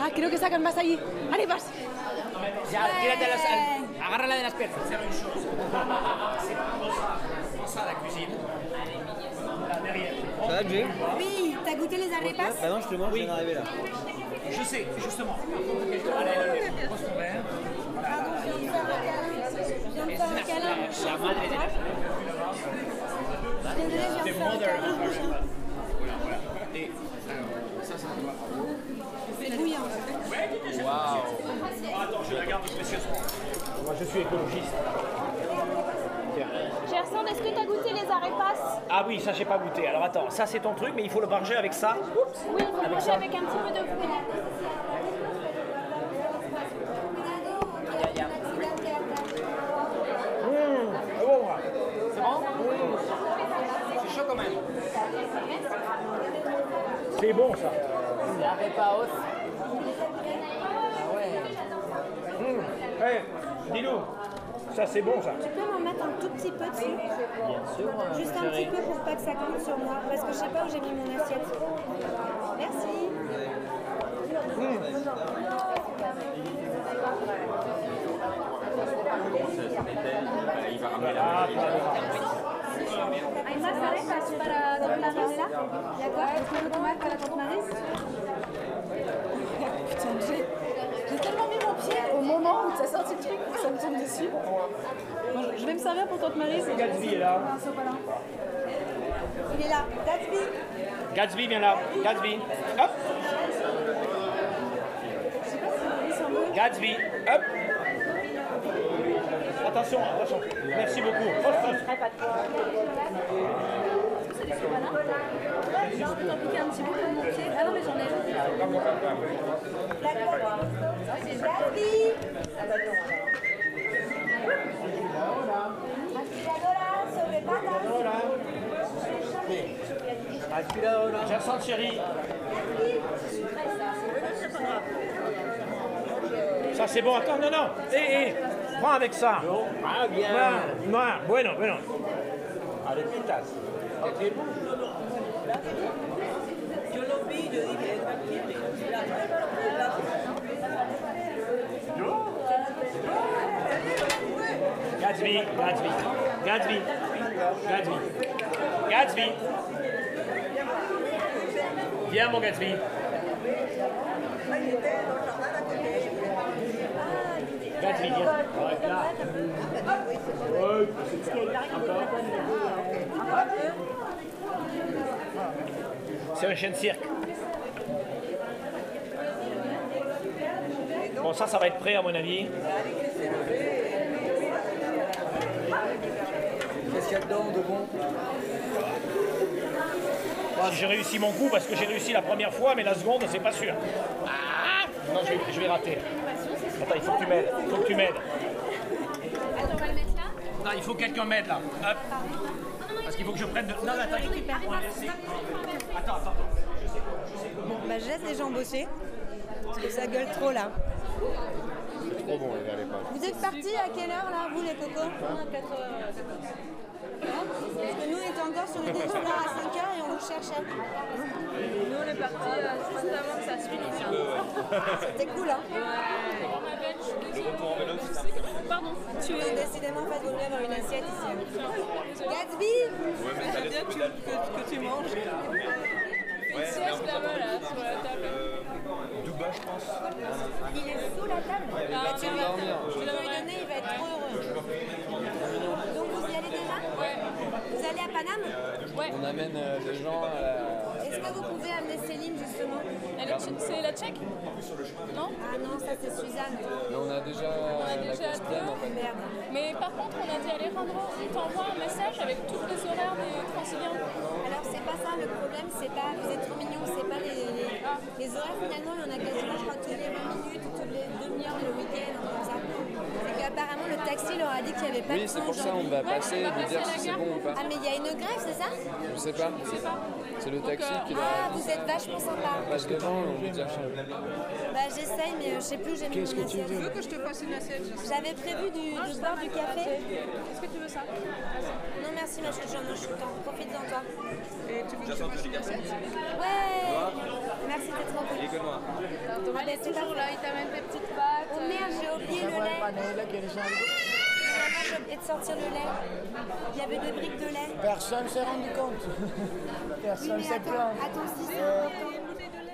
Ah, creo que sacan más allí. ¡Ari, vas! Ya, tírate a las. al- Agárrala de las piernas. C'est une chose. C'est ça la cuisine. Ça va, Jay Oui, t'as goûté les arepas Bah Ah non, justement, je viens d'arriver là. Je sais, justement. Allez, pose ton verre. Pardon, je viens de faire un câlin. Je viens de faire un câlin. à mon chien. La madre de- Je suis désolée, je viens de faire un câlin. à mon chien. C'est bouillant. Moi, je suis écologiste. Gerson, est-ce que t'as goûté les arepas Ah oui, ça, j'ai pas goûté. Alors attends, ça, c'est ton truc, mais il faut le barger avec ça. Oui, il faut manger avec un petit peu de fruits. C'est chaud quand même. C'est bon, ça. La repaos. Eh, dis-nous. Ça, c'est bon, ça. Tu peux m'en mettre un tout petit peu dessus Juste un petit peu pour pas que ça compte sur moi, parce que je sais pas où j'ai mis mon assiette. Merci. Hay más arepas para Don Maris là Y a quoi Tu peux nous combattre à la Don Maris Putain, j'ai j'ai tellement mis mon pied au moment où t'as sorti le truc que ça me tombe dessus. Bon, je- je vais me servir pour Tante Marie. c'est- Gatsby est là. Un sopalin. Il est là. That's me. Gatsby, viens là. Gatsby. Hop. Gatsby. Hop. Attention, attention. Merci beaucoup. Oh, oh, oh. J'ai envie d'en piquer un petit peu pour mon pied. Ah non, mais j'en ai. That's me. Aspiradora sobre patas. Gerson, chérie. Ça c'est bon, attends, non, non, hé, hé, prends avec ça. Ah, bien. Voilà, voilà, bueno, bueno. Arepitas. Gatsby, Gatsby, Gatsby, Gatsby, Gatsby. Viens mon Gatsby. Gatsby, viens. Ouais, là. C'est un chien de cirque. Bon, ça, ça va être prêt à mon avis. Qu'est-ce qu'il y a dedans de bon Bon, j'ai réussi mon coup parce que j'ai réussi la première fois, mais la seconde, c'est pas sûr. Ah non, je vais, je vais rater. Attends, il faut que tu m'aides. Il faut que tu m'aides. Attends, on va le mettre là. Non, il faut que quelqu'un m'aide là. Hop. Parce qu'il faut que je prenne de. Non, mais attends, il faut qu'il prenne. Attends, attends. Bah, je laisse les gens bosser. Parce que ça gueule trop là. Trop bon, les arepas. Vous êtes partis à quelle heure là, vous les cocos Hein Parce que nous on était encore sur le déjeuner à 5h et on vous cherchait. Nous, on est parti juste avant que ça se finisse. hein. C'était cool hein Pardon, tu Non, es. Décidément, en fait, vaut mieux avoir une assiette ici. hein. Gatsby C'est bien que, que, que tu manges. Fais une sieste là-bas, là, sur la table. Euh, Il est sous la table. Bah, tu lui tu vas lui donner, il va être trop heureux. Donc vous y allez déjà Vous allez à Paname On amène euh, des gens à la... Est-ce que vous pouvez amener Céline justement Elle est tch- C'est la tchèque Non Ah non, ça c'est Suzanne. Mais on a déjà On a la déjà course pleine, en fait. Merde. Mais par contre, on a dit Alejandro, on t'envoie un message avec tous les horaires des Transiliens. Alors c'est pas ça, le problème c'est pas, vous êtes trop mignons, c'est pas les, les- les horaires finalement, il y en a quasiment je crois tous les 20 minutes, toutes les demi-heures le week-end, un truc comme ça. C'est qu'apparemment le taxi leur a dit qu'il n'y avait pas de Oui, c'est train pour ça on aujourd'hui. va passer on va et passer à dire la si c'est gare. bon ou pas. Ah mais il y a une grève, c'est ça Je sais pas. euh, C'est le taxi qui l'a. Ah, vous êtes vachement sympa. Parce que non, on ah, veut dire. Bah j'essaye mais euh, je sais plus où j'ai mis mon assiette. Tu veux que je te fasse une assiette J'avais prévu du, Ah, de boire du café. Est-ce que tu veux ça Non merci mais je j'en ai je suis temps. Profite-en toi. Et tu veux que je te fasse une assiette Ouais Merci, c'était trop cool. Également. bah, Thomas, il est toujours là, il t'amène des petites pâtes. Oh merde, j'ai oublié le lait. J'ai oublié de sortir le lait. Il y avait deux briques de lait. Personne s'est rendu compte. Oui, Personne mais s'est attends, plaint. attends, si c'est important.